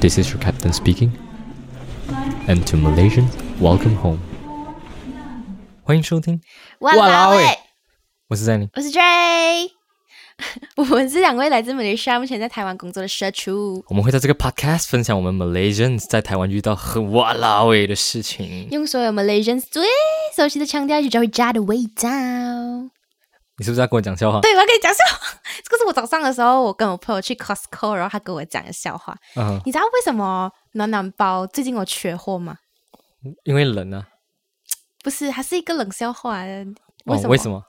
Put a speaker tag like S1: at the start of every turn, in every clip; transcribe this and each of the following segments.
S1: This is your captain speaking. And to Malaysians, welcome home. 欢迎收听，
S2: 哇
S1: 哇啦
S2: 啦
S1: 喂
S2: 喂，
S1: 我是赞宁。
S2: 我是 J，我们是两位来自马来西亚，目前在台湾工作的社畜，
S1: 我们会在这个 podcast 分享我们 Malaysians 在台湾遇到很哇啦喂的事情。
S2: 用所有 Malaysians 最熟悉的腔调去找回家的味道。
S1: 你是不是要跟我讲笑话？
S2: 对，我要跟你讲笑话。 这个是我早上的时候，我跟我朋友去 Costco，然后他跟我讲的笑话。
S1: 嗯，
S2: 你知道为什么暖暖包最近我缺货吗？
S1: 因为冷啊。
S2: 不是，它是一个冷笑话。为
S1: 哦
S2: 什么？
S1: 为什么？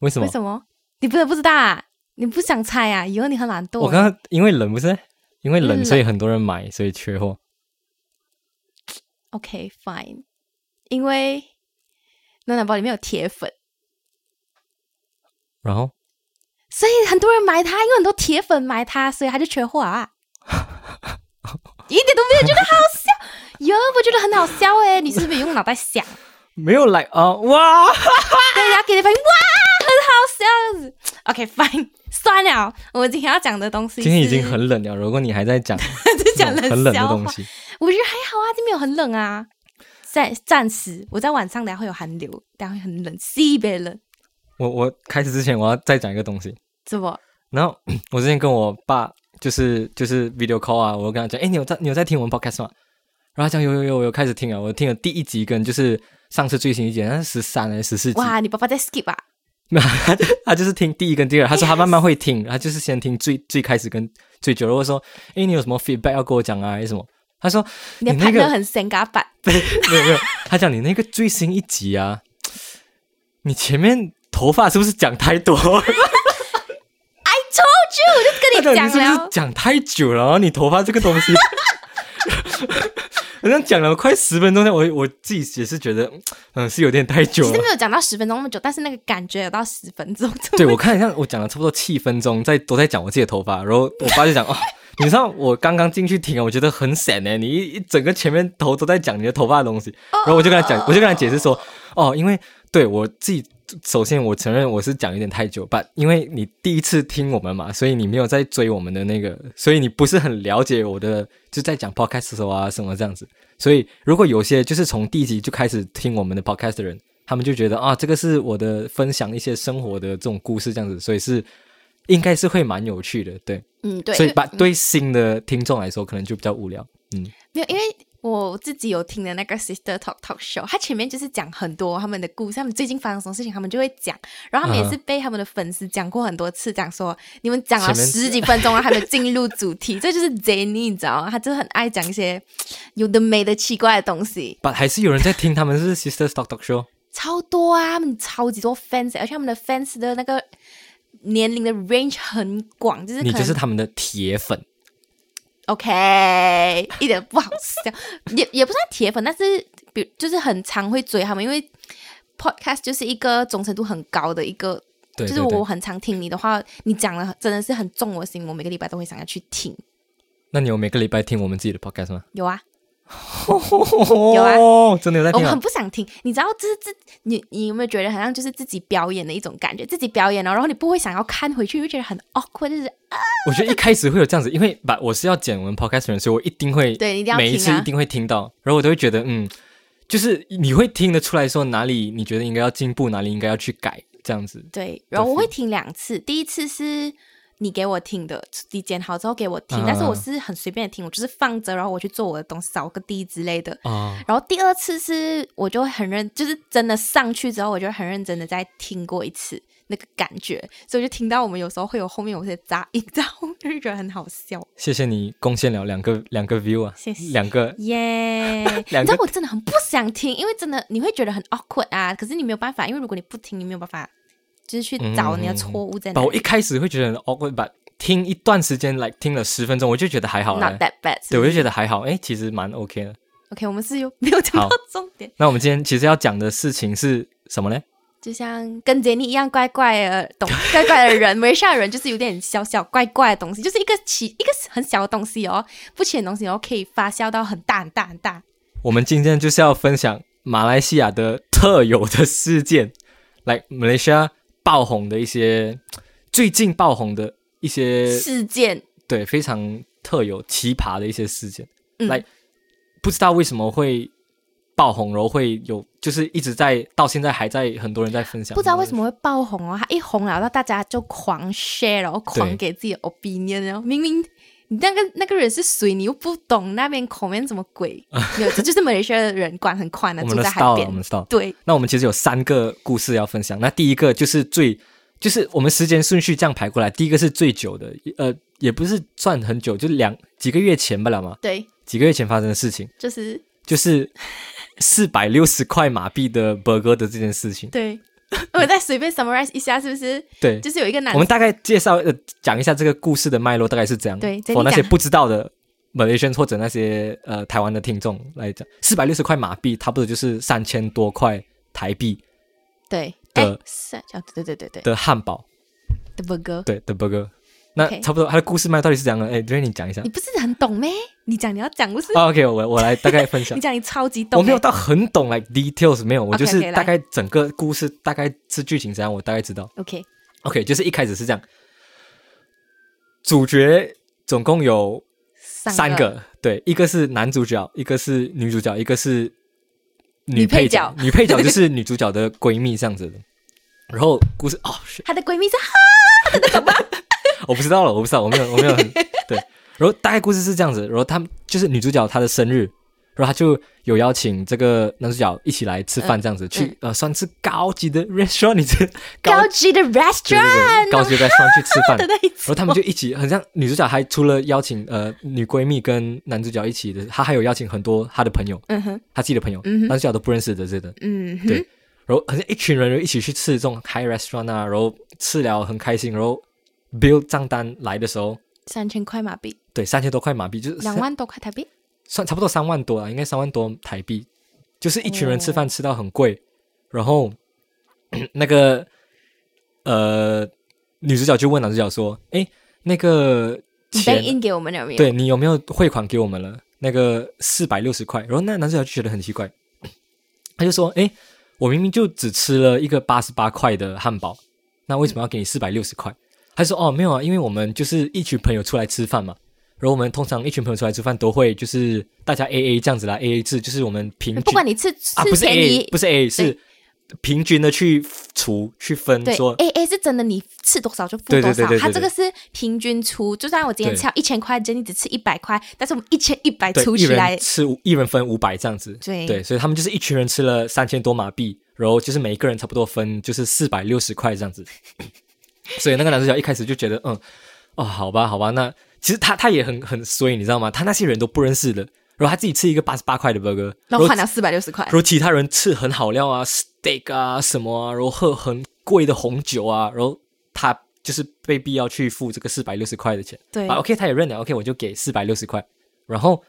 S1: 为什么？
S2: 为什么？你不得不知道啊！你不想猜啊？以后你很懒惰。
S1: 我刚刚因为冷不是？因为冷，
S2: 冷
S1: 所以很多人买，所以缺货。
S2: OK fine，因为暖暖包里面有铁粉，
S1: 然后
S2: 所以很多人买它，因为很多铁粉买它，所以它就缺货啊。一点都没有觉得好笑，哟，我觉得很好笑哎、你是不是用脑袋想？
S1: 没有来啊、哇！
S2: 对，然后给你反应，哇，很好笑这样子。OK fine，算了，我们今天要讲的东西
S1: 今天已
S2: 是
S1: 经 很冷了，如果你还在 讲
S2: 就讲
S1: 这种
S2: 冷
S1: 很冷的
S2: 笑
S1: 东
S2: 话
S1: 西，
S2: 我觉得还好啊，这边有很冷啊，暂暂时我在晚上等下会有寒流，等下会很冷，西北冷，
S1: 我我开始之前我要再讲一个东西。
S2: 怎么？
S1: 然后 我之前跟我爸就是就是 video call 啊，我就跟他讲，哎，你有在你有在听我们 podcast 吗？然后他讲有有有，我有开始听啊，我听了第一集跟就是上次最新一集，那是十三还是十四 集？
S2: 哇，你爸爸在 skip 啊？
S1: 那他就他就是听第一跟第二，他说他慢慢会听，他就是先听最最开始跟最久的。我说，哎，你有什么 feedback 要跟我讲啊，还是什么？他说
S2: 你的
S1: 那
S2: 盘
S1: 个
S2: 乐很神嘎板，
S1: 没有没有，他讲你那个最新一集啊，你前面头发是不是讲太多？
S2: I told you，我就跟
S1: 他
S2: 你
S1: 讲
S2: 讲
S1: 你是不
S2: 了
S1: 是。讲太久了哦？你头发这个东西， 好像讲了快十分钟了。我我自己也是觉得，嗯，是有点太久
S2: 其实
S1: 了
S2: 没。有讲到十分钟那么久，但是那个感觉有到十分钟。
S1: 对，我看一下，我讲了差不多七分钟，在都在讲我自己的头发，然后我爸就讲哦。你知道我刚刚进去听啊，我觉得很闪呢、你一一整个前面头都在讲你的头发的东西，然后我就跟他讲，我就跟他解释说，哦，因为对我自己，首先我承认我是讲有点太久吧，因为你第一次听我们嘛，所以你没有在追我们的那个，所以你不是很了解我的，就在讲 podcast 的时候啊什么这样子，所以如果有些就是从第一集就开始听我们的 podcast 的人，他们就觉得啊，这个是我的分享一些生活的这种故事这样子，所以是应该是会蛮有趣的，对，
S2: 嗯，对，
S1: 所以
S2: 因为
S1: 把对新的听众来说，可能就比较无聊， 嗯，
S2: 没有，因为我自己有听的那个 Sister Talk Talk Show，它前面就是讲很多他们的故事，他们最近发生什么事情，他们就会讲。然后他们也是被他们的粉丝讲过很多次，讲说你们讲了
S1: 嗯前面
S2: 十几分钟了，还没有进入主题， 这就是 Jenny，你知道吗？他就是很爱讲一些有的没的奇怪的东西，
S1: 但还是有人在听，他们是 Sisters Talk Talk Show，
S2: 超多啊，他们超级多 fans，而且他们的 fans 的那个年龄的 range 很广，就是可
S1: 你
S2: 能
S1: 就是他们的铁粉，
S2: OK，一点不好笑，也也不算铁粉，但是比就是很常会追他们，因为 podcast 就是一个忠诚度很高的一个，
S1: 对
S2: 就是
S1: 对对
S2: 我很常听你的话，你讲了真的是很中我心，我每个礼拜都会想要去听。
S1: 那你有每个礼拜听我们自己的 podcast 吗？
S2: 有啊，
S1: 有啊， 真的有在
S2: 我
S1: 听啊
S2: 很！不想听，你知道，就是自你你有没有觉得好像就是自己表演的一种感觉，自己表演了，然后你不会想要看回去，又觉得很 awkward，就是
S1: 我觉得一开始会有这样子，因为把我是要剪我们 podcast 的人，所以我一定会
S2: 对你一定要
S1: 每一
S2: 听
S1: 次
S2: 啊
S1: 一定会听到，然后我都会觉得嗯，就是你会听得出来说哪里你觉得应该要进步，哪里应该要去改这样子。
S2: 对，然后我
S1: feel
S2: 会听两次，第一次是你给我听的，你剪好之后给我听，
S1: 嗯
S2: 但是我
S1: 嗯
S2: 是很随便的听，我就是放着，然后我去做我的东西，扫个地之类的。
S1: 啊，
S2: 然后第二次是我就会很认，就是真的上去之后，我就很认真的再听过一次那个感觉，所以我就听到我们有时候会有后面有些杂音 在后面，就觉得很好笑。
S1: 谢谢你贡献了两个两个 view 啊，
S2: 谢谢
S1: 两个
S2: 耶
S1: 两个
S2: 你知道我真的很不想听，因为真的你会觉得很 awkward 啊，可是你没有办法，因为如果你不听，你没有办法。就是去找你的
S1: 嗯
S2: 错误在哪
S1: 把
S2: 里。
S1: 我一开始会觉得很 awkward，把听一段时间来、like, 听了十分钟，我就觉得还好
S2: Not
S1: 了。
S2: that bad 嗯是
S1: 对，我
S2: 不是。
S1: 就觉得还好，哎，其实蛮 OK 的。
S2: OK，我们是有没有讲
S1: 好
S2: 到重点？
S1: 那我们今天其实要讲的事情是什么呢？
S2: 就像跟杰尼一样怪怪的懂 怪怪的人，没事啊人就是有点小小怪怪的东西，就是一个起一个很小的东西哦，不起的东西哦，可以发酵到很大很大很大。
S1: 我们今天就是要分享马来西亚的特有的事件，来马来西亚爆红的一些最近爆红的一些
S2: 事件
S1: 对非常特有奇葩的一些事件，
S2: 嗯
S1: 来不知道为什么会爆红，然后会有就是一直在到现在还在很多人在分享，
S2: 不知道为什么会爆红哦，他一红了，那大家就狂 share，然后狂
S1: 对
S2: 给自己的 opinion，然后明明你那个那个人是谁，你又不懂那边口面什么鬼， 没有，这就是马来西亚的人管很宽的，啊
S1: 我
S2: 住
S1: 们的
S2: 在
S1: s
S2: 海
S1: t 我
S2: 边
S1: 们，的 s t
S2: 对，
S1: 那我们其实有三个故事要分享。那第一个就是最，就是我们时间顺序这样排过来，第一个是最久的，呃，也不是算很久，就两几个月前不了嘛，
S2: 对，
S1: 几个月前发生的事情，
S2: 就是
S1: 就是四百六十块马币的 burger 的这件事情。
S2: 对。我再随便 summarize 一下，是不是？
S1: 对，
S2: 就是有一个男
S1: 我们大概介绍呃讲一下这个故事的脉络，大概是这样。
S2: 对这里
S1: 我那些
S2: 讲
S1: 不知道的 Malaysian 或者那些呃台湾的听众来讲，四百六十块马币，差不多就是三千多块台币
S2: 对，
S1: 的
S2: 哎，是啊，哦对对对对对
S1: 的汉堡。
S2: 的 burger，
S1: 对的 burger。那
S2: OK
S1: 差不多，它的故事脉络到底是怎样的？哎，对，你讲一下
S2: 你。不是很懂咩？你讲你要讲故事，
S1: 啊 OK，我我 来大概分享
S2: 你。讲你超级懂欸
S1: 我
S2: 咩，
S1: 没有到很懂 like details，没有，我
S2: OK，OK，
S1: 就是
S2: 来
S1: 大概整个故事大概是剧情怎样，我大概知道。
S2: OK，
S1: OK，就是一开始是这样，主角总共有
S2: 三
S1: 三个，对，一个是男主角，一个是女主角，一个是
S2: 女
S1: 女
S2: 配
S1: 配角，女配角就是女主角的闺蜜这样子的。然后故事哦，是
S2: 她的闺蜜是
S1: 我不知道了，我不知道，我没有，我没有 很对。然后大概故事是这样子，然后他们就是女主角她的生日，然后她就有邀请这个男主角一起来吃饭，这样子、去呃算是高级的 restaurant，你这
S2: 高级的
S1: 对对
S2: restaurant
S1: 对高级的啊 restaurant 去吃 饭，
S2: 的那一种
S1: 然后他们就一起，很像女主角还除了邀请呃女闺蜜跟男主角一起的，她还有邀请很多她的朋友，
S2: 嗯哼，
S1: 她自己的朋友，
S2: 嗯哼
S1: 男主角都不认识的这的，
S2: 嗯哼，
S1: 对，然后好像一群人一起去吃这种 high restaurant 啊，然后吃了很开心，然后 bill 账单来的时候，
S2: 三千块马币，
S1: 对，三千多块马币，就是
S2: 两万多块台币，
S1: 算差不多三万多啊，应该三万多台币，就是一群人吃饭吃到很贵，然后 那个呃女主角就问男主角说：“诶，那个
S2: 你 b
S1: 钱
S2: a in 给我们了没有？
S1: 对你有没有汇款给我们了？那个四百六十块。然后那男主角就觉得很奇怪， 他就说：“诶，我明明就只吃了一个八十八块的汉堡，那为什么要给你四百六十块？”他说：“哦，没有啊，因为我们就是一群朋友出来吃饭嘛。然后我们通常一群朋友出来吃饭都会就是大家 A A 这样子啦，A A 制就是我们平均
S2: 不管你吃
S1: 啊
S2: 吃
S1: 不是
S2: 便
S1: A
S2: 宜
S1: 不，是 A 是平均的去除去分
S2: 对
S1: 说
S2: ，A A 是真的，你吃多少就付
S1: 对
S2: 多
S1: 对对
S2: 少
S1: 对，对
S2: 它
S1: 对
S2: 这个是平均出，就算我今天
S1: 对
S2: 吃一千块，今天只吃一百块，但是我们一千一百
S1: 对，
S2: 除
S1: 一
S2: 起
S1: 人
S2: 来，
S1: 吃五一人分五百这样子，
S2: 对
S1: 所以他们就是一群人吃了三千多马币，然后就是每一个人差不多分就是四百六十块这样子， 所以那个男主角一开始就觉得，嗯，哦，好吧，好吧，那其实他他也很很衰，你知道吗？他那些人都不认识的，然后他自己吃一个八十八块的 burger，
S2: 然后换了四百六十块
S1: 然，后其他人吃很好料啊，steak 啊什么啊，然后喝很贵的红酒啊，然后他就是被逼要去付这个四百六十块的钱。
S2: 对
S1: 啊，OK，他也认了，OK，我就给四百六十块。然后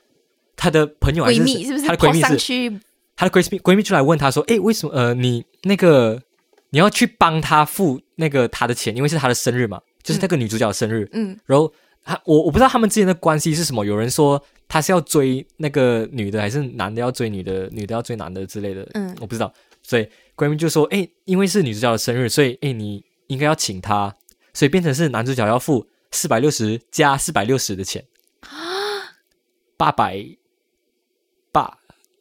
S1: 他的朋友还是
S2: 闺蜜是不是
S1: 他的
S2: 抛
S1: 闺蜜
S2: 上
S1: 是
S2: 去？
S1: 他的闺蜜闺蜜就来问他说，诶，为什么呃你那个你要去帮他付那个他的钱，因为是他的生日嘛，就是那个女主角的生日，
S2: 嗯，
S1: 然后他我我不知道他们之间的关系是什么，有人说他是要追那个女的，还是男的要追女的，女的要追男的之类的，
S2: 嗯
S1: 我不知道。所以闺蜜就说：“哎，因为是女主角的生日，所以哎，你应该要请她，所以变成是男主角要付四百六十加四百六十的钱，八百八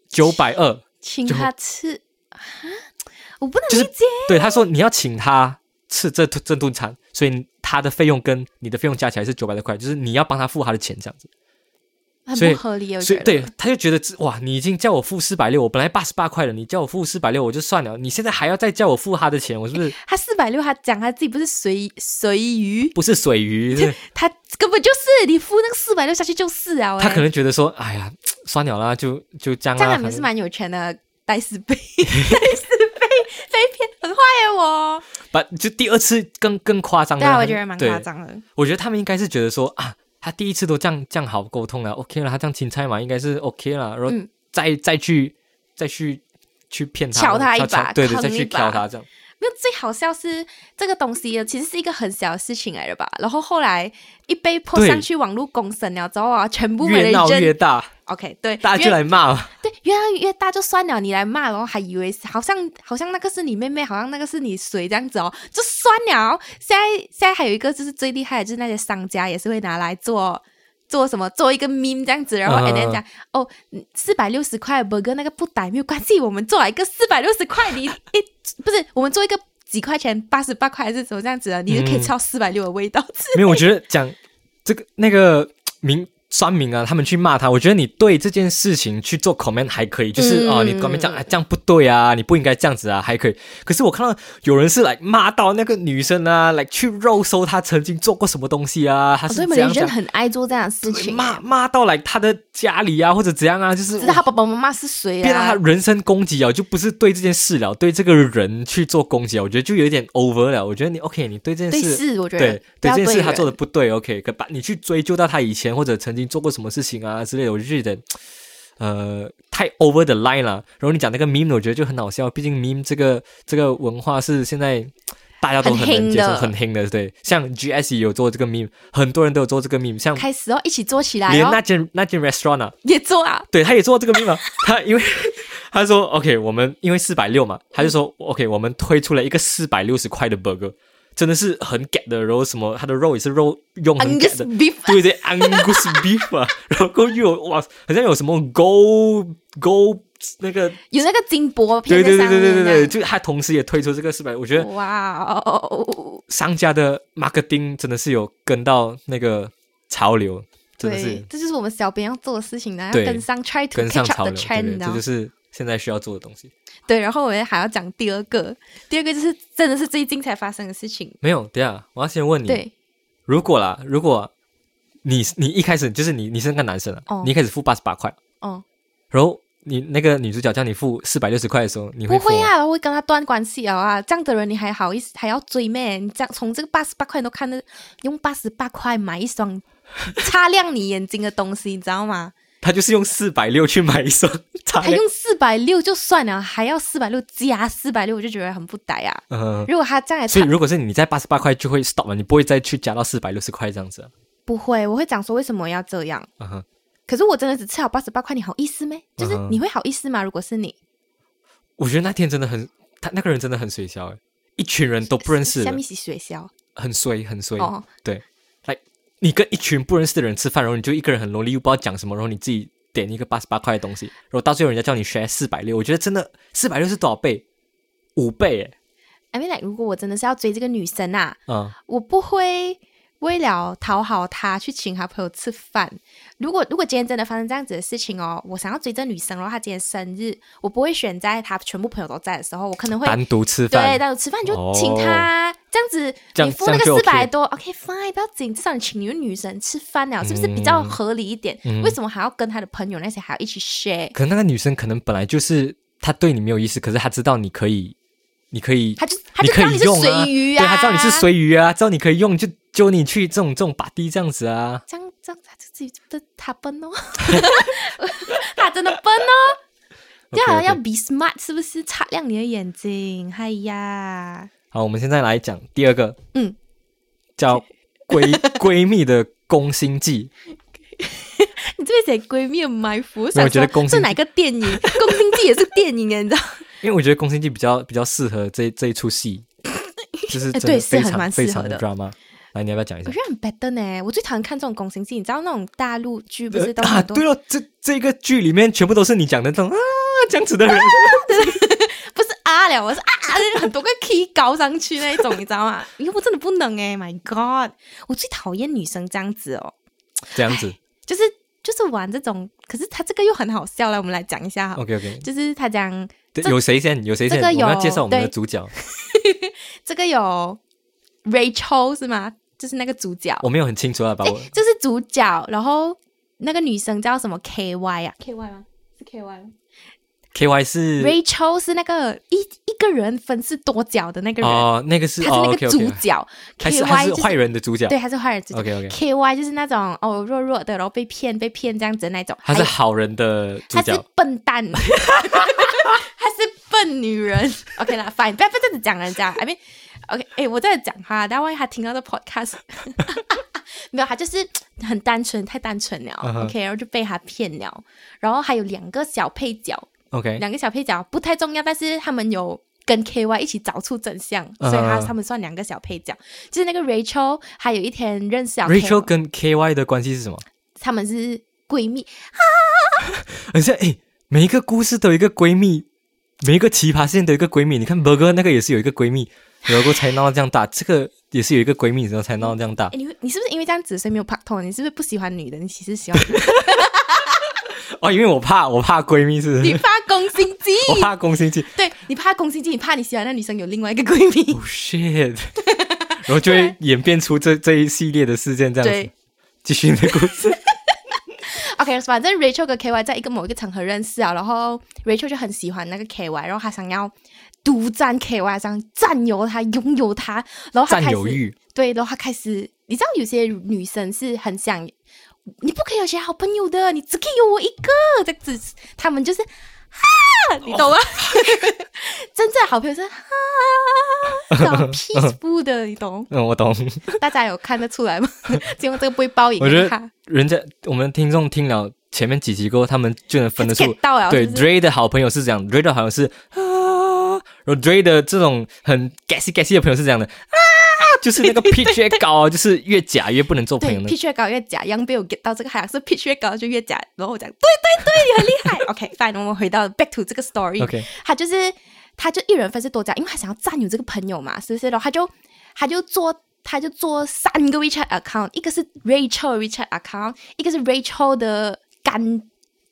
S1: 九百二。
S2: 请
S1: 就
S2: 她吃啊，我不
S1: 就
S2: 能
S1: 是
S2: 理解，
S1: 对，他说你要请她吃这这顿餐，所以他的费用跟你的费用加起来是九百多块，就是你要帮他付他的钱这样子。”
S2: 很
S1: 所以
S2: 不合理，我
S1: 所
S2: 觉
S1: 以
S2: 得。
S1: 对，他就觉得这哇，你已经叫我付四百六，我本来八十八块了，你叫我付四百六，我就算了，你现在还要再叫我付他的钱，我是 不是
S2: 他四百六，他讲他自己不是随随鱼，
S1: 不是水鱼？是不是
S2: 他根本就是你付那个四百六下去就是啊。
S1: 他可
S2: 喂
S1: 能觉得说，哎呀，算了啦，就就啊这样
S2: 这
S1: 啦。
S2: 样你
S1: 反
S2: 们是
S1: 正
S2: 蛮有钱的，戴斯 贝，戴斯贝被骗，很坏耶我。
S1: 把就第二次更更夸张的，
S2: 对啊，我觉得蛮
S1: 嗯对
S2: 夸。张的。
S1: 我觉得他们应该是觉得说啊，他第一次都这样这样好沟通了，OK 啊了，他这样青菜嘛，应该是 OK 了，然后
S2: 嗯
S1: 再、再去再去去骗他，
S2: 敲他一把
S1: 对对，
S2: 坑
S1: 再
S2: 一
S1: 去
S2: 把
S1: 敲他这样。
S2: 没有最好笑是这个东西其实是一个很小的事情来的吧，然后后来一被泼
S1: 对
S2: 上去网络公审了之后啊，全部
S1: 越
S2: 人
S1: 闹越大，
S2: OK 对，
S1: 大家就
S2: 越
S1: 来骂 嘛。
S2: 对越闹越大就算了，你来骂，然后还以为是好像好像那个是你妹妹，好像那个是你谁这样子哦，就哦算了。现在现在还有一个就是最厉害的，就是那些商家也是会拿来做做什么做一个 meme 这样子，然后
S1: 嗯
S2: and then 讲哦，四百六十块 burger 那个不打没有关系，我们做了一个四百六十块，你一不是我们做一个几块钱八十八块还是什么这样子的，啊你就可以
S1: 嗯
S2: 吃到四百六的味道。
S1: 没有，我觉得讲这个那个民酸民啊，他们去骂他，我觉得你对这件事情去做 comment 还可以，就是
S2: 嗯
S1: 啊、你 comment 这样、啊、这样不对啊，你不应该这样子啊，还可以。可是我看到有人是来骂到那个女生啊，来去肉搜她曾经做过什么东西啊，她是
S2: 哦所以
S1: 怎
S2: 马
S1: 样
S2: 来
S1: 怎
S2: 人
S1: 样。
S2: 很爱做这样的事情，
S1: 骂
S2: 啊
S1: 骂到来她的家里啊，或者怎样啊，就是
S2: 知道他爸爸妈妈是谁
S1: 变到他
S2: 啊？
S1: 人身攻击啊，就不是对这件事了，对这个人去做攻击啊，我觉得就有点 over 了。我觉得你 OK，你对这
S2: 对
S1: 件事，
S2: 事，我觉得
S1: 对对这件事
S2: 人
S1: 他做的不对，OK，可把你去追究到他以前或者曾经做过什么事情啊之类的，我就觉得。呃，太 over the line 了。然后你讲那个 meme，我觉得就很好笑。毕竟 meme 这个这个文化是现在大家都
S2: 很
S1: 很能
S2: hing
S1: 接受、
S2: 的
S1: 很 hing 的，对。像 GS 也有做这个 meme，很多人都有做这个 meme。像
S2: 开始哦，一起做起来
S1: 嗯连那
S2: 哦，
S1: 间那间 restaurant 啊，
S2: 也做啊，
S1: 对，他也做这个密 码。他因为他说 OK，我们因为四百六嘛，
S2: 嗯
S1: 他就说 OK，我们推出了一个四百六十块的 burger，真的是很 get 的。然后什么，他的肉也是肉用很 get
S2: Angus
S1: 的，
S2: beef
S1: 对对，Angus beef 啊， 然后又有哇，好像有什么 go go 那个，
S2: 有那个金箔
S1: 对
S2: 片
S1: 对
S2: 在
S1: 对
S2: 上面
S1: 对对对
S2: 这
S1: 对，
S2: 样
S1: 就他同时也推出这个四百，我觉得
S2: 哇哦，
S1: 商家的 marketing 真的是有跟到那个潮流，真的
S2: 对
S1: 是，
S2: 这就是我们小编要做的事情呢，要
S1: 对
S2: 跟上 try to
S1: 跟上
S2: catch
S1: 潮
S2: up
S1: 流，
S2: 的
S1: 对
S2: trend，哦
S1: 对，
S2: 你知
S1: 这
S2: 道
S1: 就
S2: 吗
S1: 是现在需要做的东西。
S2: 对，然后我们还要讲第二个，第二个就是真的是最近才发生的事情，
S1: 没有，等一下我要先问你，
S2: 对，
S1: 如果啦，如果你你一开始就是你你是那个男生了，
S2: 哦
S1: 你一开始付八十八块，
S2: 哦，
S1: 然后你那个女主角叫你付四百六十块的时候，你
S2: 不
S1: 会
S2: 会
S1: for-
S2: 啊，我会跟他断关系啊啊，这样的人你还好意思还要追妹？你这样从这个八十八块都看得用八十八块买一双 擦亮你眼睛的东西，你知道吗？
S1: 她就是用四百六去买一 双擦
S2: 他
S1: 亮，
S2: 用四百六就算了，还要四百六加四百六，我就觉得很不逮啊。
S1: 嗯。
S2: 如果他这样来
S1: 所以，
S2: 擦，
S1: 如果是你在八十八块就会 stop 了，你不会再去加到四百六十块这样子啊。
S2: 不会，我会讲说为什么要这样。
S1: 嗯哼，
S2: 可是我真的只吃好八十八块，你好意思没？就是
S1: 嗯哼
S2: 你会好意思吗？如果是你，
S1: 我觉得那天真的很，他那个人真的很水小诶，一群人都不认识
S2: 下
S1: 的，
S2: 面是水消
S1: 很衰，很衰。
S2: 哦，
S1: 对，来，你跟一群不认识的人吃饭，然后你就一个人很 lonely，又不知道讲什么，然后你自己点一个八十八块的东西，然后到最后人家叫你 share 四百六，我觉得真的四百六是多少倍？五倍诶，
S2: I mean like，如果我真的是要追这个女生啊，
S1: 嗯，
S2: 我不会为了讨好她去请她朋友吃饭。如果如果今天真的发生这样子的事情哦，我想要追这女生，然后她今天生日，我不会选在她全部朋友都在的时候，我可能会
S1: 单独吃
S2: 对
S1: 饭，哦
S2: 单独吃饭你就请她、这样子
S1: 这样
S2: 你付那个
S1: 这样
S2: 四
S1: 就 OK
S2: 百多，OK fine，不要紧，至少你请一个女生吃饭啊了，是不是比较合理一点？
S1: 嗯
S2: 为什么还要跟她的朋友那些还要一起 share？
S1: 可能那个女生可能本来就是她对你没有意思，可是她知道你可以，你可以，
S2: 她就她
S1: 你
S2: 就知
S1: 可
S2: 道你
S1: 以
S2: 是
S1: 用啊
S2: 水鱼
S1: 对，她知道你是水鱼啊，知道你可以用，就揪你去这种这种把地这样子啊。
S2: 这样这样，他就自己的他笨哦， 他真的笨哦。对
S1: OK，OK
S2: 啊，要 be smart，是不是？擦亮你的眼睛，哎呀，
S1: 好，我们现在来讲第二个，
S2: 嗯，
S1: 叫 闺闺蜜的攻心计。
S2: 你这边写闺蜜的埋伏，我
S1: 没有
S2: 想
S1: 我觉得
S2: 说
S1: 宫心
S2: 这哪个电 影？宫心计也是电影哎，你知道？
S1: 因为我觉得《宫心计》比较比较适合这这一出 戏，就是真的
S2: 哎对是
S1: 非
S2: 很
S1: 常
S2: 蛮适
S1: 非
S2: 合
S1: 常
S2: 的
S1: drama。来，你要不要讲一下
S2: 我？觉得很 better 呢。我最讨厌看这种宫心计，你知道那种大陆剧不是都
S1: 呃啊，
S2: 很多
S1: 对？了，这这个剧里面全部都是你讲的那种啊这样子 的人，
S2: 不是啊了，我是啊啊，很多个 key 高上去那一种，你知道吗？ 因为我真的不能哎，My God，我最讨厌女生这样子哦。
S1: 这样子。
S2: 就是就是玩这种，可是他这个又很好笑来，我们来讲一下哈。
S1: OK OK，
S2: 就是他讲
S1: 有谁先？有谁先？
S2: 这个
S1: 我们要
S2: 有
S1: 介绍我们的
S2: 对
S1: 主角。
S2: 这个有 Rachel 是吗？就是那个主角，
S1: 我没有很清楚啊，把
S2: 哎
S1: 我，
S2: 就是主角，然后那个女生叫什么 KY 啊？KY 吗？是 KY 吗
S1: KY 是
S2: ？Rachel 是那个一一个人分饰多角的那个人，
S1: 哦，那个是
S2: 他是
S1: 哦
S2: 那
S1: ，OK
S2: 个主
S1: OK，
S2: 角
S1: 还是还
S2: ，KY
S1: 是
S2: 就是
S1: 坏人的主角。
S2: 对，他哎是坏人主角。
S1: OK OK，
S2: KY 就是那种哦弱弱的，然后被骗被骗这样子的那种，
S1: 他
S2: 还
S1: 是
S2: 有
S1: 好人的主
S2: 她是
S1: 角。
S2: 笨蛋， 她是笨女人。OK 啦，fine，不要不要这样子讲人家。I mean，OK，、诶我在讲她，但万一她听到这 podcast，没有，她就是很单纯，太单纯了。
S1: 嗯哼
S2: OK，然后就被她骗了。然后还有两个小配角，
S1: OK，
S2: 两个小配角不太重要，但是他们有。跟 KY 一起找出真相，
S1: 嗯
S2: 所以他他们算两个小配角，就是那个 Rachel，还有一天认识了
S1: Rachel
S2: KY
S1: 跟 KY 的关系是什么？
S2: 她们是闺蜜，
S1: 而且哎，每一个故事都有一个闺蜜，每一个奇葩事件都有一个闺蜜。你看 Burger 那个也是有一个闺蜜，然后才闹到这样大，这个也是有一个闺蜜，然后才闹到这样大
S2: 哎，。你会你是不是因为这样子所以没有拍拖？你是不是不喜欢女的？你其实喜欢
S1: 哦，因为我怕，我怕闺蜜是不
S2: 你
S1: 是，
S2: 怕攻心计，
S1: 我怕攻心计。
S2: 对你怕攻心计，你怕你喜欢的女生有另外一个闺 蜜
S1: 哦、，shit，然 后就会演变出这这一系列的事件，这样
S2: 对
S1: 子。。继续你的故事。
S2: OK，反正 Rachel 跟 KY 在一个某一个场合认识啊，然后 Rachel 就很喜欢那个 KY，然后她想要独占 KY，想占有他，拥有 他，然后她开
S1: 占
S2: 始
S1: 有欲，
S2: 对，然后她开始，你知道有些女生是很想，你不可以有些好朋友的，你只可以有我一个，这样子，他们就是哈，你
S1: 哦
S2: 懂吗？ 真正的好朋友是哈，很 peaceful 的，你懂？
S1: 嗯，我懂。
S2: 大家有看得 出来吗？希望这个不会爆影
S1: 我觉
S2: 哈
S1: 得人家我们听众听了前面几集过后，他们就能分得出
S2: get。到了，
S1: 对
S2: 是不是
S1: Dre 的好朋友是这样，Dre 的好朋友是啊，然后 Dre 的这种很 gassy gassy 的朋友是这样的啊，就是 那个 pitch 越高啊，就是越假越不能做朋
S2: 对
S1: 友的。
S2: ，pitch 越高越假。杨贝我 get 到这个海洋是 pitch 越高就越假。然后我讲，对对对，你很厉害。OK，fine，我们回到 back to 这个 story。
S1: OK
S2: 他就是他就一人分饰多角，因为他想要占有这个朋友嘛，是不是？然后他就他就做。他就做三个 WeChat account，一个是 Rachel WeChat account，一个是 Rachel 的干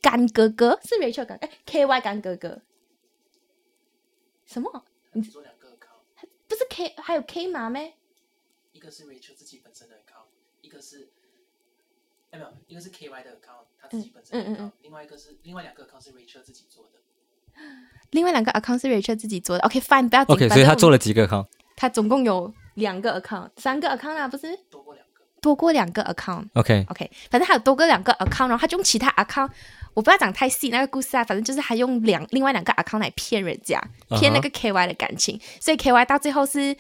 S2: 干哥哥，是 Rachel 干哎 KY 干哥哥，什么？
S3: 他只做两个 account，
S2: 不是 K 还有 K 妈咩？
S3: 一个是 Rachel 自己本身的 account，一个是，哎没有，一个是 KY 的 account，他自己本身的
S2: 嗯嗯嗯
S3: account，、另外一个是另外两个 account 是 Rachel 自己做的。
S2: 另外两个 account 是 Rachel 自己做的。OK，fine，、不要紧。
S1: OK，
S2: 反
S1: 所以
S2: 正
S1: 他
S2: 我们
S1: 做了几个哈？
S2: 他总共有两个 account，三个 account 啊，不是
S3: 多过两个，
S2: 多过两个 account。
S1: OK，
S2: OK，反正他有多过两个 account，然后他就用其他 account，我不要讲太细那个故事啊，反正就是他用两另外两个 account 来骗人家，
S1: 嗯哼
S2: 骗那个 KY 的感情所以 KY 到最后是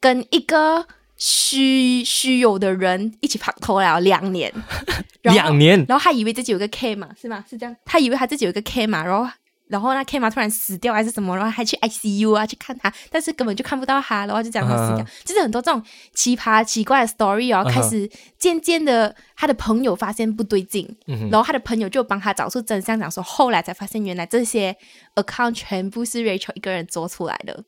S2: 跟一个虚虚有的人一起拍拖了两年，然后
S1: 两年
S2: 然后他以为自己有一个 K 嘛，是吗？是这样，他以为他自己有一个 K 嘛，然后然后那 K 嘛突然死掉还是什么，然后还去 ICU 啊去看他，但是根本就看不到他，然后就讲他死掉
S1: 啊
S2: 就是很多这种奇葩奇怪的 story 哦，
S1: 啊哈
S2: 开始渐渐的他的朋友发现不对劲，
S1: 嗯哼
S2: 然后他的朋友就帮他找出真相，讲说后来才发现原来这些 account 全部是 Rachel 一个人做出来的，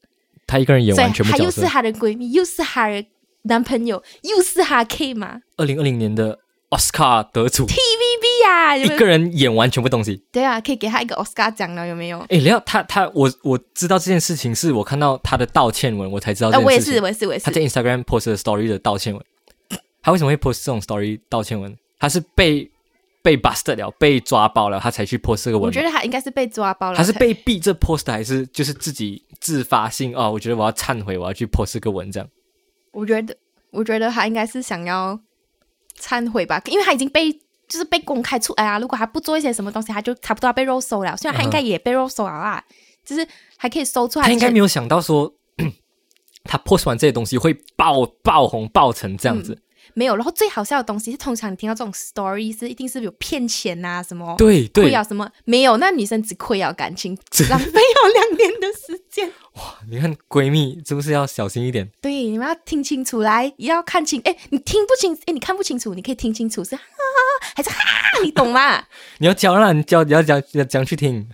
S1: 他一个人演
S2: 所以
S1: 完全部
S2: 她又
S1: 角
S2: 是
S1: 色。
S2: 她的闺蜜，又是她的男朋友，又是她 K 嘛
S1: 二零二零年的 Oscar 得主，
S2: ，TVB 啊，有
S1: 一
S2: 没有
S1: 个人演完全部东西。
S2: 对啊，可以给他一个 Oscar 奖了，有没有？
S1: 哎，你要他他我我知道这件事情，是我看到他的道歉文，我才知道
S2: 哎、
S1: 哦这
S2: 我也
S1: 件事
S2: 是，
S1: 情。
S2: 我也是，我也
S1: 他
S2: 是
S1: 在。Instagram post 的 story 的道歉文，他为什么会 post 这种 story 道歉文？他是被被 busted 了，被抓包了，他才去 post 这个文
S2: 我
S1: 吗。
S2: 觉得他应该是被抓包了，
S1: 他是被逼着 post 的，还是就是自己自发性哦？我觉得我要忏悔，我要去 post 这个文这样。
S2: 我觉得，我觉得他应该是想要忏悔吧，因为他已经被就是被公开出来啊。如果他不做一些什么东西，他就差不多要被肉收了。虽然他应该也被肉收了啊，就是还可以搜出来。
S1: 嗯他应该没有想到说，他 post 完这些东西会爆爆红爆成这样子。
S2: 没有。然后最好笑的东西是，通常你听到这种 story 是一定是有骗钱呐、什么
S1: 对
S2: 亏
S1: 对，
S2: 了什么没有，那女生只亏了感情，浪费了两年的时间。
S1: 你看闺蜜是不是要小心一点？
S2: 对，你们要听清楚，来，也要看清。哎，你听不清，哎，你看不清楚，你可以听清楚，是哈 还是哈，你懂吗？
S1: 你要教啦，你教你要讲讲去听，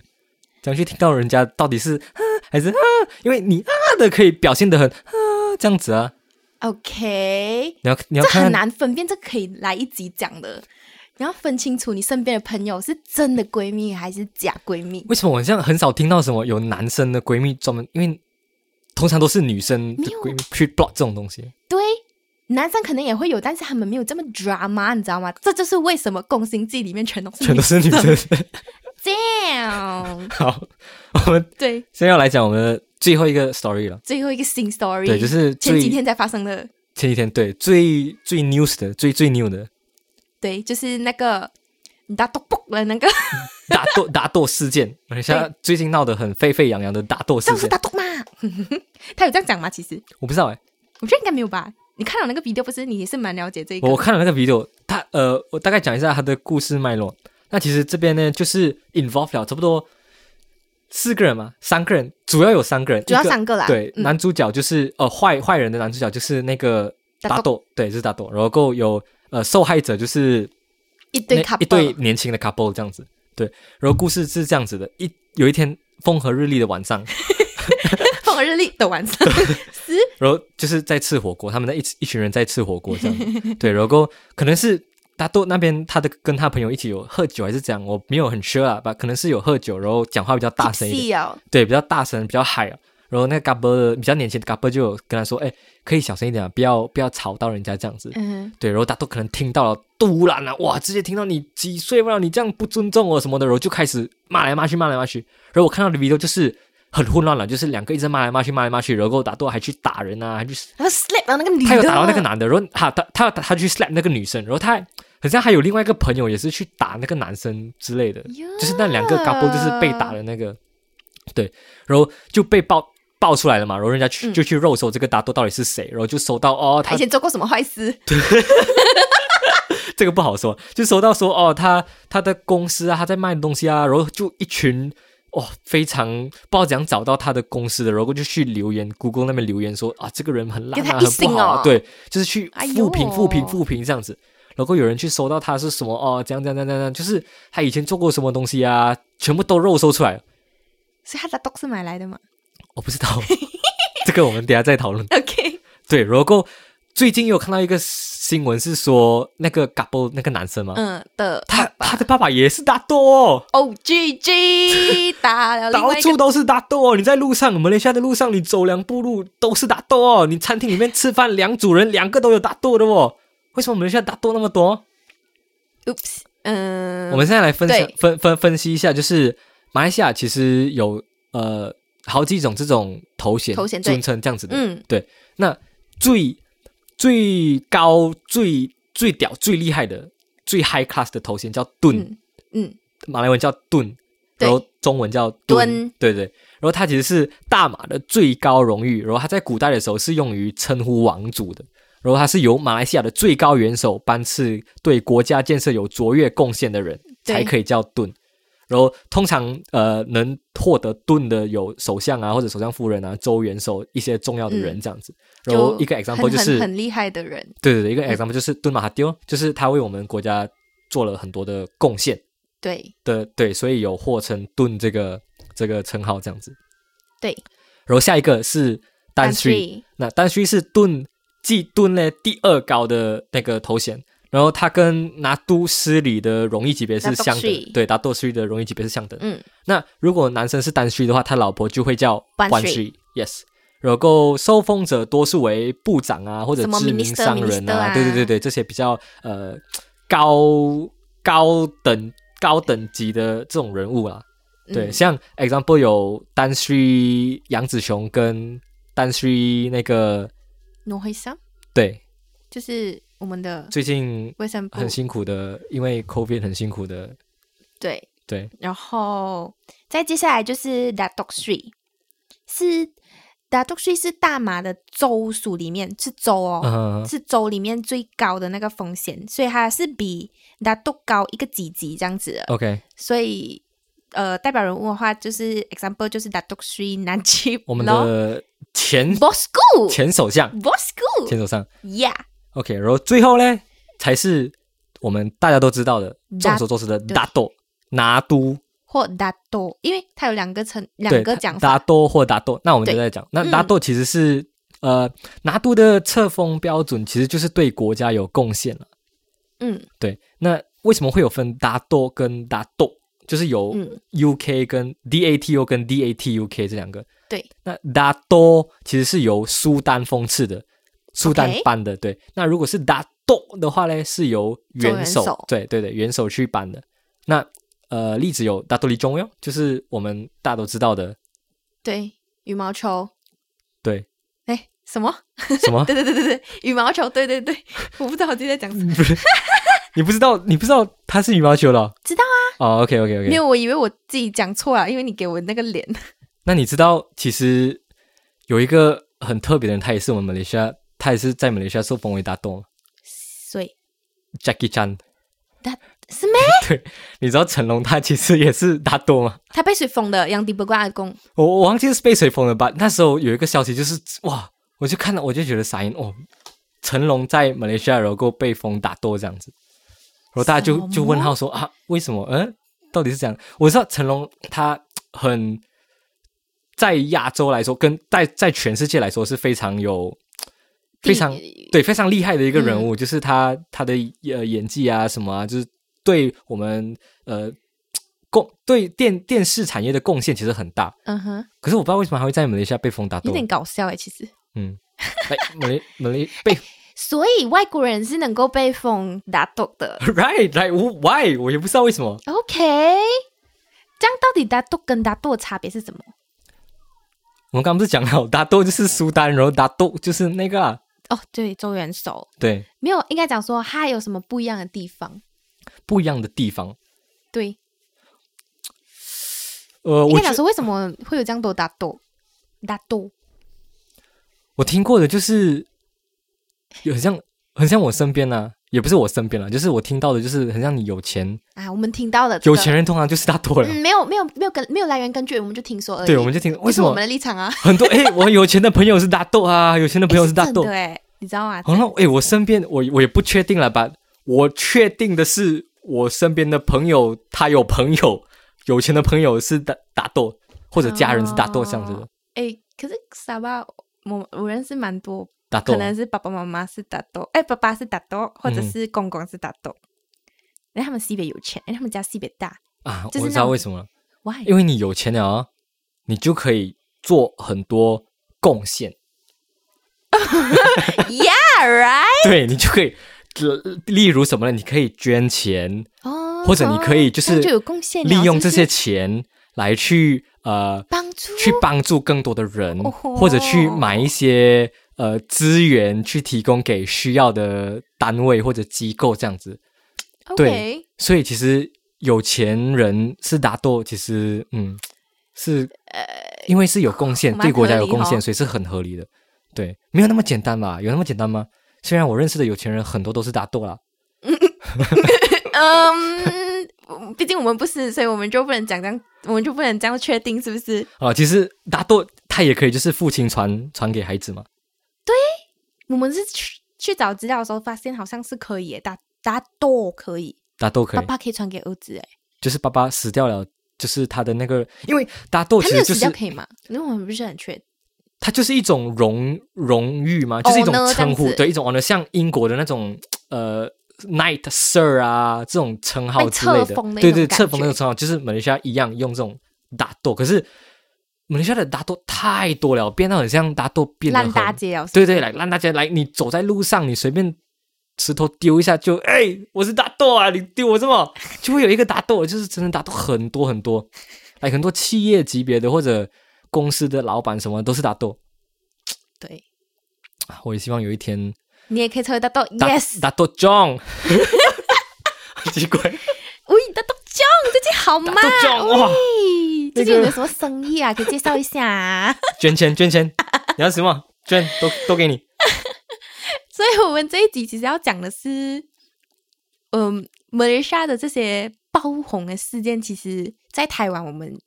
S1: 讲去听到人家到底是啊还是啊，因为你啊的可以表现的很啊这样子啊。
S2: OK，
S1: 你要你要
S2: 这很
S1: 看
S2: 难分辨，这可以来一集讲的。你要分清楚你身边的朋友是真的闺蜜还是假闺蜜。
S1: 为什么我好像很少听到什么有男生的闺蜜专门，因为通常都是女生的
S2: 没有
S1: 闺蜜去 block 这种东西。
S2: 对，男生可能也会有，但是他们没有这么 drama，你知道吗？这就是为什么《宫心计》里面全都 是
S1: 全都是女生。
S2: 这样。
S1: 好，我们
S2: 对，
S1: 现在要来讲我们的最后一个 story 了。
S2: 最后一个新 story，
S1: 对，就是
S2: 前几
S1: 最
S2: 天才发生的。
S1: 前几天对最最 news 的最最 new 的
S2: 对，就是那个你打 d 不了那个，
S1: 打斗打斗事 件，而且最近闹得很沸沸扬扬的打斗
S2: 这
S1: 事
S2: 样是
S1: 件
S2: 打，赌吗？ 他有这样讲吗？其实
S1: 我不知道哎、
S2: 我觉得应该没有吧。你看到那个 video 不是？你也是蛮了解这个。
S1: 我看了那个 video，他呃，我大概讲一下他的故事脉络。那其实这边呢，就是 involve 了差不多四个人嘛，三个人，主要有三个人，
S2: 主要
S1: 一个
S2: 三个啦
S1: 对，
S2: 嗯
S1: 男主角就是呃坏坏人的男主角就是那个
S2: 打斗
S1: 打斗，对，就是打斗。然后够有呃受害者就是
S2: 一堆
S1: 那
S2: 卡
S1: 一 对年轻的 couple 这样子。对，然后故事是这样子的：一有一天风和日丽的晚上，
S2: 风和日丽的晚 上，
S1: 然后就是在吃火锅，他们在一起一群人在吃火锅这样子。对，然后可能是大豆那边他的跟他朋友一起有喝酒还是怎样，我没有很 sure 啊，吧，可能是有喝酒，然后讲话比较大声一点，
S2: tipsy 哦，
S1: 对，比较大声，比较嗨啊。然后那个 couple 比较年轻的 couple 就有跟他说：“哎，可以小声一点啊，不要不要吵到人家这样子。”
S2: 嗯，
S1: 对，然后大豆可能听到了，突然啊，哇，直接听到你几岁啊了，你这样不尊重我什么的，然后就开始骂来骂去，骂来骂去。然后我看到的 video 就是很混乱了，就是两个一直骂来骂去，骂来骂去，然后大豆还去打人啊，还去
S2: 然后 slap 到那个女的，
S1: 他有打到那个男的，然后他他他他他去 slap 那个女生，然后他还好像还有另外一个朋友也是去打那个男生之类的，
S2: 呀，
S1: 就是那两个 couple 就是被打的那个，对，然后就被爆爆出来了嘛，然后人家去、
S2: 嗯
S1: 就去肉搜这个大豆到底是谁，然后就搜到哦，
S2: 他
S1: 他
S2: 以前做过什么坏事？
S1: 这个不好说，就收到说哦，他他的公司啊，他在卖东西啊，然后就一群哦，非常不知道怎样找到他的公司的，然后就去留言，Google 那边留言说啊，这个人很烂
S2: 给他
S1: 啊，
S2: 一
S1: 很不好、啊
S2: 星哦
S1: 对，就是去
S2: 哎
S1: 复评、
S2: 呦
S1: 复评、复评这样子。然后有人去搜到他是什么哦，怎样怎样怎样怎样，就是他以前做过什么东西啊，全部都肉搜出来了。
S2: 所以他的 dog 是买来的嘛
S1: 我不知道，这个我们等一下再讨论。
S2: ？OK，
S1: 对，然后最近有看到一个新闻是说那个 couple 那个男生嘛，
S2: 嗯的，
S1: 他他的爸爸也是大多、哦。
S2: 哦 G G 打了呃另
S1: 到
S2: 外一个
S1: 处都是大豆哦！你在路上，马来西亚的路上，你走两步路都是大豆哦。你餐厅里面吃饭，两组人两个都有大豆的哦。为什么马来西亚大豆那么多？
S2: ，oops，嗯，
S1: 我们现在来分享
S2: 对
S1: 分分分析一下，就是马来西亚其实有呃好几种这种头衔、
S2: 头衔对
S1: 尊称这样子的。
S2: 嗯
S1: 那最最高、最最屌、最厉害的、最 high class 的头衔叫盾。
S2: 嗯嗯，
S1: 马来文叫盾，
S2: 对
S1: 然后中文叫
S2: 吨
S1: 对对。然后它其实是大马的最高荣誉，然后它在古代的时候是用于称呼王族的。然后它是由马来西亚的最高元首颁赐对国家建设有卓越贡献的人
S2: 对
S1: 才可以叫盾。然后通常呃能获得盾的有首相啊或者首相夫人啊州元首一些重要的人这样子。然后一个 example
S2: 嗯很
S1: 就是
S2: 很很厉害的人，
S1: 对对对一个
S2: 嗯
S1: example 就是敦马哈迪哦，就是他为我们国家做了很多的贡献。
S2: 对
S1: 的对，所以有霍成顿这个这个称号这样子。
S2: 对，
S1: 然后下一个是丹旭，
S2: Sri
S1: 那丹旭是顿继顿嘞第二高的那个头衔，然后他跟拿督斯里的荣誉级别是
S2: Datuk
S1: 相等
S2: Sri，
S1: 对，拿督斯里的荣誉级别是相等。
S2: 嗯，
S1: 那如果男生是单虚的话，他老婆就会叫
S2: Wan
S1: 关
S2: Sri
S1: 虚，yes。然后受封者多数为部长啊，或者
S2: 什么
S1: 知名
S2: minister，
S1: 商人
S2: minister 啊
S1: 对对对对，这些比较呃高高等高等级的这种人物啊。对，
S2: 嗯
S1: 像 example 有单虚杨子雄跟单虚那个
S2: 挪回上
S1: 对，
S2: 就是我们的
S1: 最近
S2: 卫生部
S1: 很辛苦的，因为 COVID 很辛苦的，
S2: 对，
S1: 对，
S2: 然后再接下来就是 Datuk Sri，是 Datuk Sri 是大马的州属里面是州哦，
S1: 嗯、
S2: 是州里面最高的那个风险，所以它是比 Datuk 高一个几级这样子的。
S1: o k
S2: 所以呃，代表人物的话就是 example 就是 Datuk Sri Najib
S1: 我们的前
S2: Bosco
S1: 前首相，前
S2: Bosco
S1: 首相。
S2: Yeah
S1: OK，然后最后呢，才是我们大家都知道的众所周知的
S2: 对
S1: 大豆拿督，
S2: 或 Dato，因为它有两个成两
S1: 对，
S2: 个讲
S1: 达
S2: 法，
S1: 多或达豆。那我们
S2: 对
S1: 就在讲，那
S2: 嗯
S1: 达豆其实是、呃拿督的册封标准，其实就是对国家有贡献了。
S2: 嗯
S1: 对，那为什么会有分达豆跟达豆？就是有
S2: 嗯
S1: UK 跟 DATO 跟 DATUK 这两个。
S2: 对，
S1: 那达多其实是由苏丹封赐的，苏丹
S2: OK
S1: 颁的。对，那如果是达多的话呢，是由元首，
S2: 做元首
S1: 对对对，元首去颁的。那呃，例子有达多利中央，就是我们大家都知道的，
S2: 对，羽毛球
S1: 对，
S2: 哎什么？
S1: 什 么？
S2: 对对对对对，羽毛球，对对对， 我不知道我自己在讲什么，
S1: 你不知道，你不知道他是羽毛球了？
S2: 知道
S1: 啊。哦，OK OK
S2: 没
S1: OK，
S2: 有，我以为我自己讲错啊了，因为你给我那个脸，
S1: 那你知道其实有一个很特别的人，他也是我们马来西亚，他也是在马来西亚受封为达多吗
S2: 所以
S1: ，Jackie Chan。
S2: 是咩？
S1: 你知道成龙他其实也是达多吗？
S2: 他被谁封的？杨迪伯跟阿公，
S1: 我我忘记是被谁封了吧？那时候有一个消息就是哇，我就看到我就觉得傻眼哦，成龙在马来西亚然后被封打斗这样子，然后大家
S2: 什
S1: 就
S2: 么
S1: 就问号说啊，为什么？嗯，到底是这样？我知道成龙他很在亚洲来说，跟在在全世界来说是非常有非常对非常厉害的一个
S2: 嗯
S1: 人物，就是他他的呃演技啊什么啊，就是对我们呃贡对电电视产业的贡献其实很大。
S2: 嗯哼，
S1: 可是我不知道为什么还会在马来西亚被封打
S2: 有
S1: 斗，
S2: 点搞笑哎、其实。
S1: 嗯， 哎，马来马来被
S2: 所以外国人是能够被封打斗的
S1: right right why 我也不知道为什么。
S2: ，OK？这样到底打斗跟打斗的差别是什么？
S1: 我们刚刚不是讲了，打斗就是苏丹，然后打斗就是那个、啊，
S2: 哦，对，周元首
S1: 对，
S2: 没有，应该讲说他有什么不一样的地方？
S1: 不一样的地方。
S2: 对，
S1: 呃，
S2: 应
S1: 我
S2: 该讲
S1: 觉
S2: 说为什么会有这样多打斗？打斗
S1: 我听过的就是，有很像很像我身边呢、啊，也不是我身边了、就是我听到的，就是很像你有钱，
S2: 啊，我们听到了、这
S1: 有
S2: 个、
S1: 钱人啊通常就是打斗了。
S2: 嗯，没有没有没有跟没有来源根据，我们就听说而已。
S1: 对，我们就听为
S2: 这是
S1: 什
S2: 我
S1: 么
S2: 们的立场啊？
S1: 很多哎、我有钱的朋友是打斗啊，有钱的朋友是打斗。
S2: 对，你知道吗？
S1: 好像哎，我身边我我也不确定了吧？我确定的是，我身边的朋友他有朋友，有钱的朋友是打打斗，或者家人是打斗这样子的
S2: 哦。哎，可是沙巴，我我认识蛮多，
S1: 打斗
S2: 可能是爸爸妈妈是打斗，哎，爸爸是打斗，或者
S1: 嗯
S2: 是公公是打斗。因为他们西北有钱，因为他们家西北大
S1: 啊，
S2: 就是
S1: 我知
S2: 那
S1: 道
S2: 种
S1: 为什么了，
S2: ，why？
S1: 因为你有钱了、啊，你就可以做很多贡献，
S2: Yeah, right？
S1: 对你就可以，呃例如什么呢？你可以捐钱，
S2: 哦，
S1: 或者你可以就是
S2: 这样就有贡献了，
S1: 利用这
S2: 是
S1: 些
S2: 不是
S1: 钱来去呃
S2: 帮助
S1: 去帮助更多的人，
S2: 哦吼
S1: 或者去买一些呃资源去提供给需要的单位或者机构这样子。对
S2: OK，
S1: 所以其实有钱人是打斗，其实嗯是因为是有贡献，
S2: 呃蛮
S1: 对国家
S2: 合
S1: 有
S2: 理
S1: 贡献，
S2: 哦
S1: 所以是很合理的。对，没有那么简单吧？有那么简单吗？虽然我认识的有钱人很多都是打斗啦，
S2: 嗯，毕竟我们不是，所以我们就不能讲这样，我们就不能这样确定是不是？
S1: 啊、其实打斗他也可以就是父亲传传给孩子嘛。
S2: 我们是去去找资料的时候发现，好像是可以耶打打斗可以，
S1: 打斗可以，
S2: 爸爸可以传给儿子哎，
S1: 就是爸爸死掉了，就是他的那个，因为打斗
S2: 他
S1: 其实
S2: 没有
S1: 就是
S2: 死掉可以吗？因为我们不是很确定。
S1: 它就是一种荣荣誉嘛，就是一种
S2: Honor
S1: 称
S2: 这样
S1: 呼，
S2: 子
S1: 对一种 honor，像英国的那种呃 knight sir 啊这种称号之类
S2: 被册封的一
S1: 对
S2: 种
S1: 对，
S2: 感
S1: 册封的那
S2: 觉
S1: 种称号，就是马来西亚一样用这种打斗，可是马来西亚的打斗太多了，变到很像打斗变得
S2: 烂
S1: 很
S2: 大街哦，
S1: 对对，来让大家来，你走在路上，你随便石头丢一下就，哎、我是打斗啊，你丢我什 么？就会有一个打斗，就是真的打斗很多很多，来很多企业级别的或者公司的老板什么都是打斗。
S2: 对，
S1: 啊我也希望有一天
S2: 你也可以成为大斗
S1: 打
S2: ，yes，
S1: 打斗 John，奇怪，
S2: 喂，大斗 John 最近好吗
S1: 打斗哦 John 哇，
S2: 喂，最近有没有什么生意啊？可以介绍一下啊。
S1: 捐钱捐钱，你要什么捐都都给你。
S2: 所以我们这一集其实要讲的是，嗯，马来西亚的这些爆红的事件，其实在台湾我们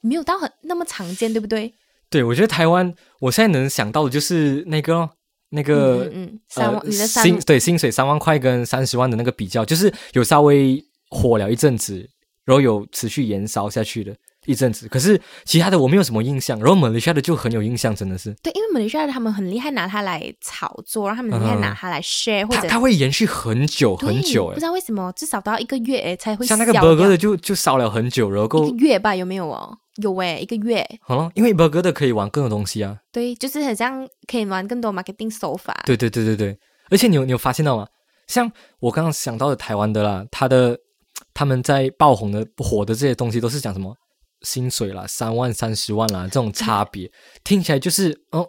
S2: 没有到很那么常见，对不对？
S1: 对，我觉得台湾，我现在能想到的就是那个咯那个
S2: 嗯嗯嗯，三万、
S1: 呃
S2: 你的三
S1: 薪对薪水三万块跟三十万的那个比较，就是有稍微火了一阵子，然后有持续延烧下去的一阵子。可是其他的我没有什么印象，然后马来西亚的就很有印象，真的是
S2: 对，因为马来西亚他们很厉害，拿它来炒作，然后他们很厉害
S1: 嗯
S2: 拿它来 share、或
S1: 它
S2: 者
S1: 它会延续很久
S2: 对
S1: 很久
S2: 不
S1: 哎
S2: 知，道为什么至少都要一个月诶才会
S1: 像那个
S2: 消掉
S1: burger 的就就烧了很久，然
S2: 一
S1: 后
S2: 个月吧，有没有哦？有诶，一个月，
S1: 好了，因为 burger 的可以玩更多东西啊，
S2: 对，就是很像可以玩更多 marketing 手法，
S1: 对对对对对，而且你有你有发现到吗？像我刚刚想到的台湾的啦，他的他们在爆红的火的这些东西，都是讲什么薪水啦、三万、三十万啦这种差别，听起来就是哦，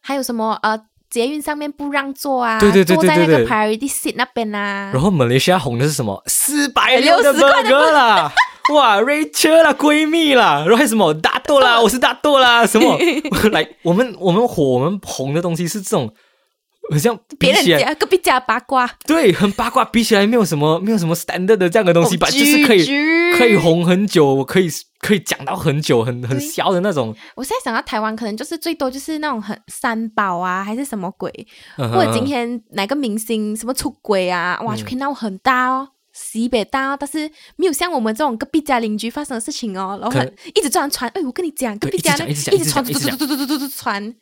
S2: 还有什么呃，捷运上面不让坐啊，
S1: 对对对
S2: 坐在那
S1: 对对对
S2: 个 priority seat 那边啊。
S1: 然后马来西亚红的是什么四百六的
S2: 60块
S1: burger 啦， 哇，Rachel 啦，闺蜜啦，然后还有什么大豆啦，我是大豆啦，什 么来，我们我们火我们红的东西是这种，很像比
S2: 别
S1: 起
S2: 人
S1: 来
S2: 家隔壁家八卦，
S1: 对，很八卦，比起来没有什么没有什么 standard 的这样的东西吧，
S2: 哦
S1: 就是可以
S2: 居
S1: 可以红很久，可以可以讲到很久，很很
S2: 对
S1: 小的那种，
S2: 我现在想到台湾，可能就是最多就是那种很三宝啊，还是什么鬼，
S1: 嗯哼嗯
S2: 或者今天哪个明星什么出轨啊，哇，就可以闹很大哦。西北大，但是没有像我们这种隔壁家邻居发生的事情哦，然后
S1: 可能
S2: 很一直这样传，哎，我跟你讲，隔
S1: 对
S2: 壁家那
S1: 一直讲一直
S2: 传，
S1: 讲
S2: 嘟
S1: 一直
S2: 嘟嘟
S1: 讲
S2: 嘟嘟嘟嘟嘟传，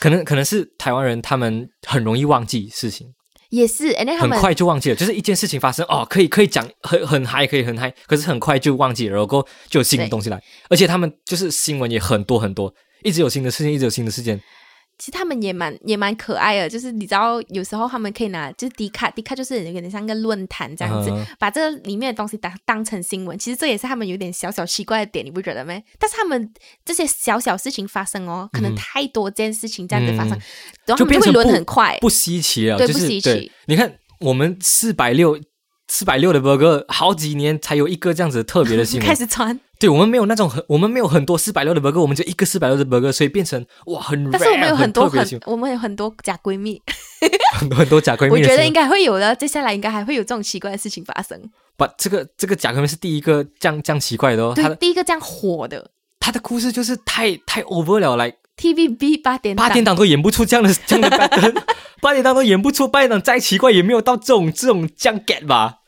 S1: 可能可能是台湾人他们很容易忘记事情，
S2: 也是，哎，那他
S1: 很
S2: 们
S1: 快就忘记了，就是一件事情发生哦，可以可以讲很很嗨，可以很嗨，可是很快就忘记了，然后过后就有新的
S2: 对
S1: 东西来，而且他们就是新闻也很多很多，一直有新的事件，一直有新的事件，
S2: 其实他们也蛮也蛮可爱的，就是你知道，有时候他们可以拿就是迪卡，迪卡就是有点像个论坛这样子，
S1: 嗯
S2: 把这个里面的东西当当成新闻。其实这也是他们有点小小奇怪的点，你不觉得吗？但是他们这些小小事情发生哦，可能
S1: 嗯
S2: 太多件事情这样子发生，
S1: 嗯
S2: 然
S1: 就
S2: 后他们
S1: 变
S2: 就
S1: 成
S2: 会轮
S1: 不
S2: 很快。
S1: 不稀奇了，
S2: 对
S1: 就
S2: 不
S1: 是
S2: 稀
S1: 对
S2: 奇。
S1: 你看我们四百六四百六的 burger，好几年才有一个这样子特别的新闻
S2: 开，始传，
S1: 对我们没有那种很，我们没有很多四百六的 burger，我们就一个四百六的 burger，所以变成哇很 rare，
S2: 但是我们有很
S1: 很
S2: 多
S1: 特别
S2: 很
S1: 的新闻，
S2: 我们有很多假闺蜜，
S1: 很多很多假闺
S2: 我
S1: 蜜的新
S2: 觉得
S1: 闻哦
S2: 应。该会有的。接下来应该还会有这种奇怪的事情发生。
S1: 把这个这个假闺蜜是第一个这样这样奇怪的哦，他
S2: 对，
S1: 的
S2: 第一个这样火的
S1: 他的故事就是太太 over 了，来
S2: TVB 八点
S1: 八点档都演不出这样的这 样的 pattern，八点档都演不出，八点档再奇怪也没有到这种这种这样 get 吧。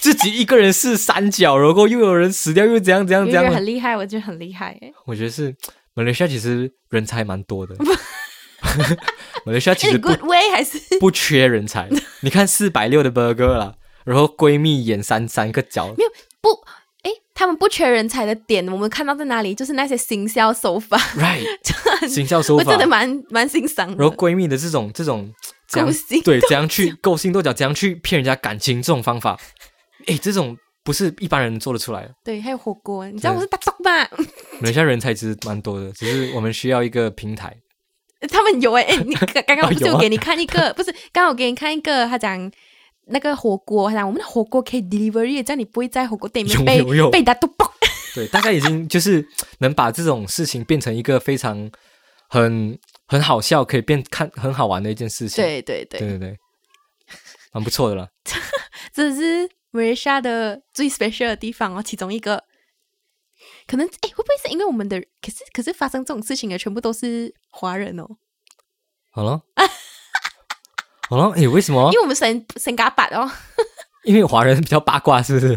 S1: 自己一个人是三角，然后又有人死掉，又怎样怎样
S2: 有
S1: 怎样
S2: 一个
S1: 的
S2: 人很厉害，我觉得很厉害。哎
S1: 我觉得是马来西亚其实人才蛮多 的， 马来西亚其实
S2: In a
S1: 不
S2: good way 还是
S1: 不缺人才。你看四百六的 burger 啦，然后闺蜜演三三个角，
S2: 没有不，哎，他们不缺人才的点，我们看到在哪里？就是那些行销手法，
S1: right，
S2: 就很
S1: 行销手
S2: 我
S1: 法
S2: 真的，蛮蛮欣赏
S1: 然后
S2: 的。
S1: 闺蜜的这种这种怎样
S2: 勾心
S1: 对怎样去勾心斗角，怎样去骗人家感情这种方法，诶，这种不是一般人做得出来的。
S2: 对，还有火锅，你知道我是大众吧？
S1: 马来西亚人才其实蛮多的，只是我们需要一个平台。
S2: 他们有哎、诶你刚刚刚我不是
S1: 有
S2: 有
S1: 啊
S2: 给你看一个，不是刚刚我给你看一个，他讲。那个火锅，他讲我们的火锅可以 delivery，这样你不会在火锅店里面
S1: 有
S2: 被
S1: 有有
S2: 被打都爆。
S1: 对，大概已经 就是能把这种事情变成一个非常很很好笑，可以变看很好玩的一件事情。
S2: 对对对，
S1: 对对对，蛮不错的啦。
S2: 这是 Malaysia 的最 special 的地方哦，其中一个。可能哎，会不会是因为我们的？可是可是发生这种事情的全部都是华人哦，
S1: 好了， 好了，诶，为什么
S2: 因？为我们神神嘎巴 哦。
S1: 因为华人比较八卦，是不 是？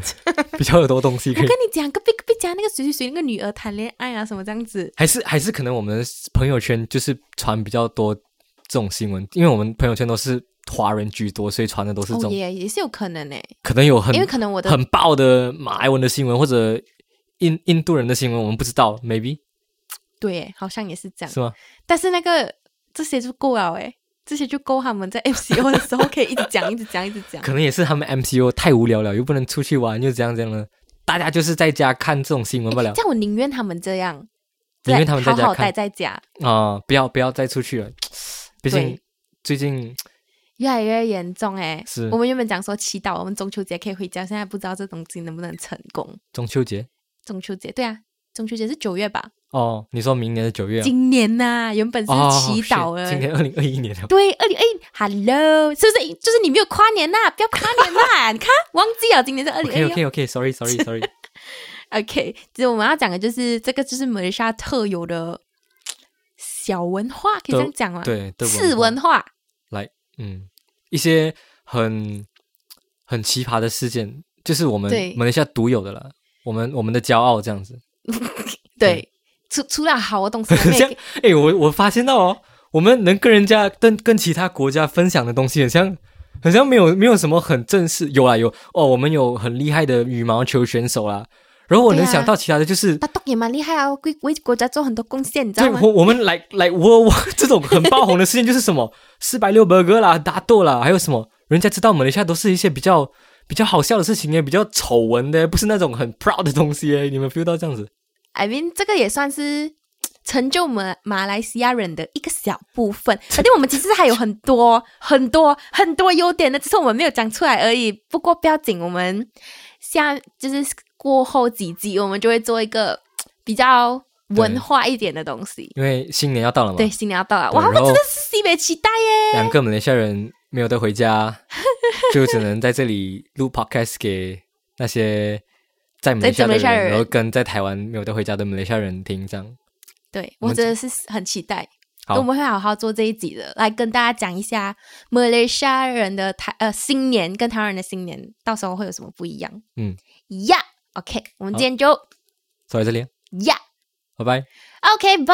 S1: 比较有多东西
S2: 我
S1: 可
S2: 跟
S1: 以。
S2: 你讲，隔壁隔壁家那个谁谁谁那个女儿谈恋爱啊，什么这样子，
S1: 还是还是可能我们的朋友圈就是传比较多这种新闻，因为我们朋友圈都是华人居多，所以传的都是这
S2: 哦
S1: 种，
S2: 也也是有可能哎，
S1: 可能有很
S2: 因为可能我的
S1: 很爆的马来文的新闻或者印印度人的新闻，我们不知道，maybe
S2: 对耶，好像也是这样
S1: 是。吗？
S2: 但是那个这些就够了哎，这些就够他们在 MCO 的时候可以一直讲一直讲一直讲。
S1: 可能也是他们 MCO 太无聊了，又不能出去玩，又怎样怎样了。大家就是在家看这种新闻不了
S2: 诶这样我宁愿他们这样，
S1: 宁愿他们在家
S2: 好好
S1: 看
S2: 待在家，
S1: 啊、不要不要再出去了。毕竟
S2: 对
S1: 最近
S2: 越来越严重哎。
S1: 是
S2: 我们原本讲说祈祷我们中秋节可以回家，现在不知道这东西能不能成功。
S1: 中秋节
S2: 中秋节对啊，中秋节是九月吧？
S1: 哦，你说明年的九月啊、
S2: 今年呐、原本是
S1: 哦
S2: 祈祷
S1: 是
S2: 了。
S1: 今年二零二一年 了。
S2: 对，二零二一，Hello，是不是？就是你没有跨年啦，不要跨 年啦，你看忘记了，今年是二零
S1: OK
S2: 二一。啊
S1: OK OK，Sorry Sorry Sorry，
S2: OK，其实我们要讲的就是这个，就是马来西亚特有的小文化，可以这样讲吗？，
S1: 对对，
S2: 次文化，
S1: 嗯，一些很很奇葩的事件，就是我们
S2: 对
S1: 马来西亚独有的了，我们我们的骄傲这样子。
S2: 对，除除了好的东 西，我啊们也
S1: 这样，哎、我我发现到哦，我们能跟人家跟跟其他国家分享的东西，很像很像没有没有什么很正式，有啦有哦，我们有很厉害的羽毛球选手啦，然后我
S2: 对
S1: 能
S2: 啊
S1: 想到其他的就是。
S2: 大东也蛮厉害啊，为为国家做很多贡献，你知
S1: 对，
S2: 道吗？
S1: 我我们来来我我 这种很爆红的事情就是什么四百六 burger 啦、打斗啦，还有什么人家知道马来西亚都是一些比较比较好笑的事情耶，比较丑闻的耶，不是那种很 proud 的东西耶。你们 feel 到这样子？
S2: I mean，这个也算是成就我们马来西亚人的一个小部分。反正我们其实还有很 多很多很多优点的，只是我们没有讲出来而已。不过不要紧，我们下就是过后几集，我们就会做一个比较文化一点的东西。
S1: 因为新年要到了嘛，
S2: 对，新年要到了，
S1: 对
S2: 哇，我
S1: 然后
S2: 真的是特别期待耶！
S1: 两个马来西亚人没有得回 家，就只能在这里录 podcast 给那些在马来西亚的
S2: 在马来西亚
S1: 人，
S2: 人
S1: 然后跟在台湾没有得回家的马来西亚人听。这样，
S2: 对
S1: 我
S2: 我
S1: 们
S2: 真的是很期待。
S1: 好
S2: 我们会好好做这一集的，来跟大家讲一下马来西亚人的台呃新年跟台湾人的新年，到时候会有什么不一样？
S1: 嗯，
S2: 呀、o k 我们
S1: 好
S2: 今天就
S1: 说到这里，啊
S2: 呀、
S1: 拜拜。
S2: o k 拜。